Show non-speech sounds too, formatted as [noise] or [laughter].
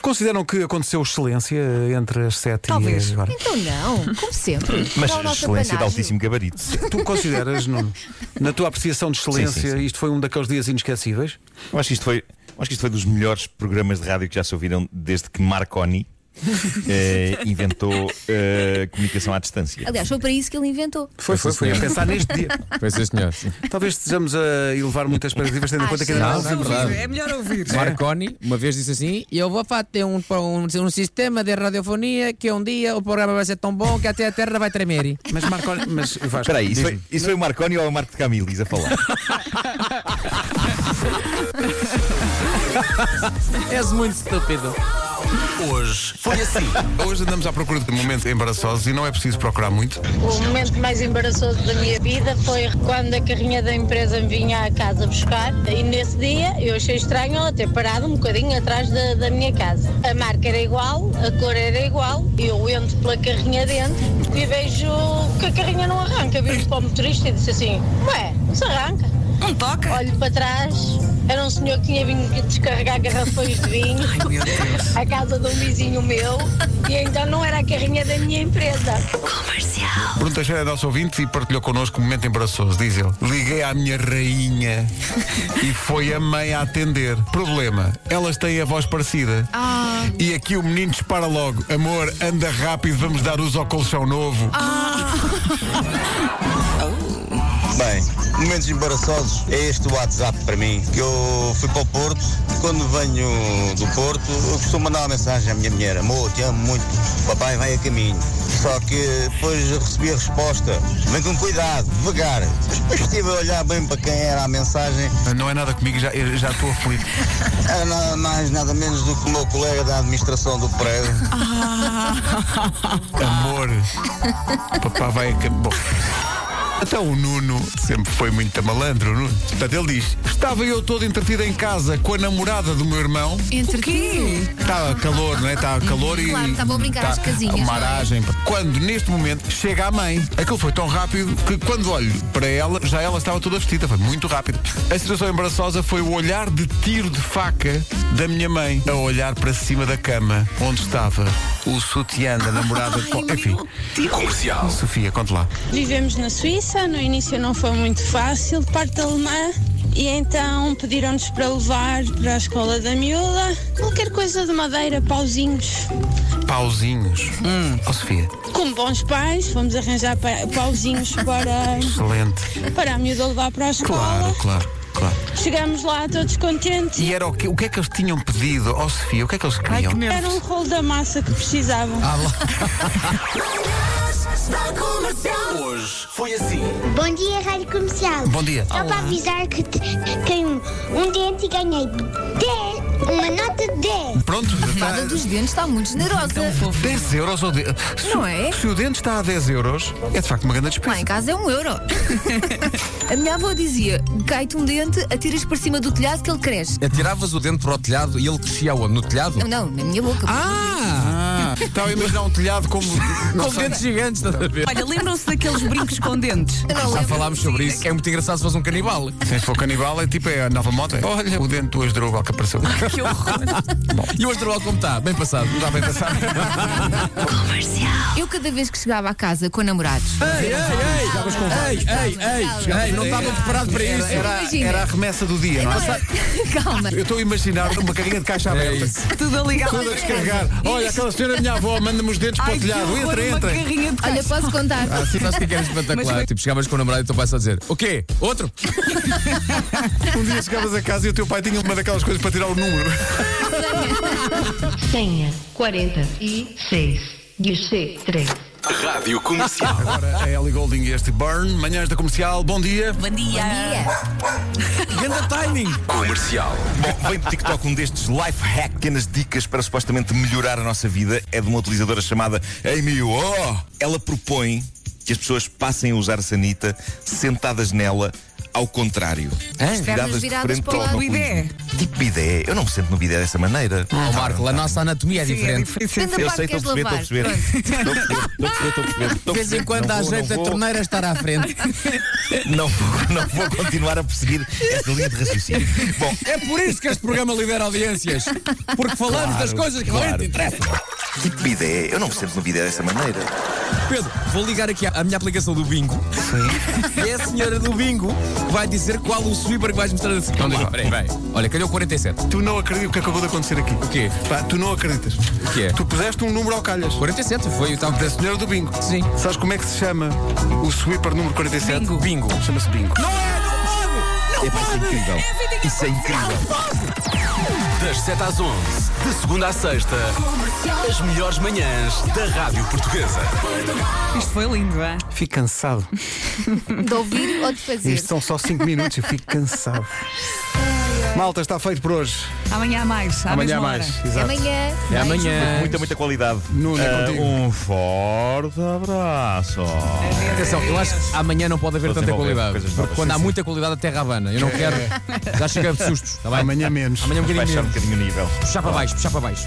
Consideram que aconteceu excelência eh, entre as 7 Talvez. e agora? Então não, como sempre. Mas Dá o nosso excelência de apanágio. altíssimo gabarito. Tu consideras, Nuno, na tua apreciação de excelência, Sim, sim, sim. isto foi um daqueles dias inesquecíveis? Eu acho que isto foi, eu acho que isto foi dos melhores programas de rádio que já se ouviram desde que Marconi eh, inventou eh, comunicação à distância. Aliás, foi para isso que ele inventou. Foi, foi, Foi, sim, foi. A senhor. pensar neste dia. Foi sim, senhor. Talvez estejamos a elevar muitas expectativas, tendo em conta que ainda não Não, ouvimos. não, É melhor ouvir. Marconi uma vez disse assim: Eu vou fazer um, um, um sistema de radiofonia que um dia o programa vai ser tão bom que até a terra vai tremer. Mas Marco, mas Vasco, Espera aí, isso diz-me. foi, isso foi o Marconi ou o Marco de Camilis a falar? És muito estúpido. Hoje foi assim. Hoje andamos à procura de momentos embaraçosos e não é preciso procurar muito. O momento mais embaraçoso da minha vida foi quando a carrinha da empresa me vinha à casa buscar e nesse dia eu achei estranho ela ter parado um bocadinho atrás da, da minha casa. A marca era igual, a cor era igual, eu entro pela carrinha dentro e vejo que a carrinha não arranca. Viro para o motorista e disse assim, ué, não se arranca. Não toca. Olho para trás, era um senhor que tinha vindo descarregar garrafões de vinho Meu [laughs] Deus. à casa de um vizinho meu e então não era a carrinha da minha empresa. Bruno Teixeira é nosso ouvinte e partilhou connosco um momento embaraçoso, diz ele. Liguei à minha rainha e foi a mãe a atender. Problema, elas têm a voz parecida. Ah, E aqui o menino dispara logo. Amor, anda rápido, vamos dar uso ao colchão novo. Bem, momentos embaraçosos é este WhatsApp para mim, que eu fui para o Porto e quando venho do Porto eu costumo mandar uma mensagem à minha mulher, amor, te amo muito, papai vai a caminho. Só que depois recebi a resposta, vem com cuidado, devagar. Mas depois estive a olhar bem para quem era a mensagem, Não é nada comigo, já, eu já estou aflito. era nada mais nada menos do que o meu colega da administração do prédio. Amor, papá vai a cam- Bom. Então o Nuno sempre foi muito malandro, o Nuno. Portanto, ele diz: Estava eu todo entretido em casa com a namorada do meu irmão. entre quê? Estava calor, não é? Estava calor e. Uhum. tá Claro, estava a brincar às casinhas, Uma não é? aragem. Quando, neste momento, chega a mãe. Aquilo foi tão rápido que, quando olho para ela, já ela estava toda vestida. Foi muito rápido. A situação embaraçosa foi o olhar de tiro de faca da minha mãe a olhar para cima da cama, onde estava o sutiã da namorada. com... Enfim. Comercial. Sofia, conte lá. Vivemos na Suíça, no início não foi muito fácil, de parte alemã, e então pediram-nos para levar para a escola da miúda qualquer coisa de madeira, pauzinhos. Pauzinhos. Hum. Oh, Sofia, Como bons pais, fomos arranjar pa- pauzinhos para, excelente. para a miúda levar para a escola. Claro, claro, claro. Chegamos lá todos contentes. E era o que, o que é que eles tinham pedido? Oh, Sofia, o que é que eles queriam? Era um rolo da massa que precisavam. Bom dia, Rádio Comercial. Bom dia. Só para avisar que te- tenho um dente e ganhei 10, uma nota de 10. Pronto? Nada dos dentes está muito generosa. 10 euros ou de... se, Não é? Se o dente está a 10 euros, é de facto uma grande despesa. Lá em casa é um [laughs] euro. a minha avó dizia: cai-te um dente, atiras para cima do telhado que ele cresce. É Atiravas o dente para o telhado e ele crescia onde? No telhado? tipo- Não, não, na minha boca. Ah! Ah, estava a imaginar um telhado como. Não Com sei. dentes gigantes, estás a ver? Olha, lembram-se daqueles brincos com dentes? Eu não Já lembro. falámos sobre isso. É muito engraçado se fosse um canibal. Se for canibal, é tipo é a nova moto. é, Olha, o dente do ex-drogal que apareceu. Que horror. E hoje Drogão como está? Tá Bem passado. Não dá bem pensar. Eu, cada vez que chegava à casa com namorados, Ah. Ei, ei, ei! Estavas com ei, ei, ei, ei! Não estava preparado para isso. Era, Imagina. era a remessa do dia, não Então é? [laughs] [laughs] calma, Eu estou a imaginar uma carrinha de caixa É aberta. isso. Tudo a ligar. Toda a descarregar. Olha, aquela senhora minha avó manda-me os dentes para Ai, o que telhado. horror, Entra, uma entra. carrinha de olha, posso contar? Ah. Assim faz que queres espetacular. Tipo, chegavas com o namorado e o teu pai só a dizer: O quê? Outro? Um dia chegavas a casa e o teu pai tinha uma daquelas coisas para tirar o número. Senha 46 guichê 3. Agora é Ellie Golding e este Burn. Manhãs da comercial. Bom dia. Bom dia. Ganda timing! Bom, vem do TikTok um destes life hack, pequenas dicas para supostamente melhorar a nossa vida. É de uma utilizadora chamada Amy Oh. Ela propõe que as pessoas passem a usar a sanita sentadas nela ao contrário. Pernas de viradas frente para o ao lado. oculismo. Tipo bidé. Eu não me sento no bidé dessa maneira. Ó, Ah, Oh, Marco, a nossa anatomia é Sim, é diferente. difícil. Depende da Eu parte sei, que queres estou a lavar. perceber, Pronto. Estou a perceber, estou a perceber, estou a perceber, estou a De vez em perceber. quando Não dá vou, jeito não a vou. torneira estar à frente. Não vou, não vou continuar a perseguir esta linha de raciocínio. Bom, [laughs] É por isso que este programa lidera audiências. Porque falamos das coisas que realmente interessam. tipo bidé. Eu não me sento no bidé dessa maneira. Pedro, vou ligar aqui à, à minha aplicação do bingo. [laughs] E é a senhora do bingo que vai dizer qual o sweeper que vais mostrar a seguir. Então diga, peraí, vai. Olha, calhou 47. Tu não acreditas o que acabou de acontecer aqui. O quê? Pá, tu não acreditas. O quê? Tu puseste um número ao calhas. 47 foi o tal Da senhora do bingo. Sim. Sabes como é que se chama o sweeper número 47? Bingo. Bingo. Chama-se bingo. É para ser então. incrível. Isso é incrível. Das 7 às 11, de segunda à sexta, as melhores manhãs da Rádio Portuguesa. Isto foi lindo, é? Fico cansado. De ouvir ou de fazer. Isto são só 5 minutos, eu fico cansado. Malta, está feito por hoje. Amanhã há mais. À Amanhã há mesma mais. Hora. Exato. Amanhã. É amanhã. Muita, muita qualidade. Nuno, é Ah, contigo. um forte abraço. Atenção, eu acho que amanhã não pode haver Estou a tanta desenvolver qualidade. coisas novas, Porque quando sim, há sim. muita qualidade até Ravana. Eu não quero. Já chega de sustos. Tá bem? Amanhã menos. Amanhã um Baixar bocadinho um menos. bocadinho o nível. Puxar para baixo, puxar para baixo.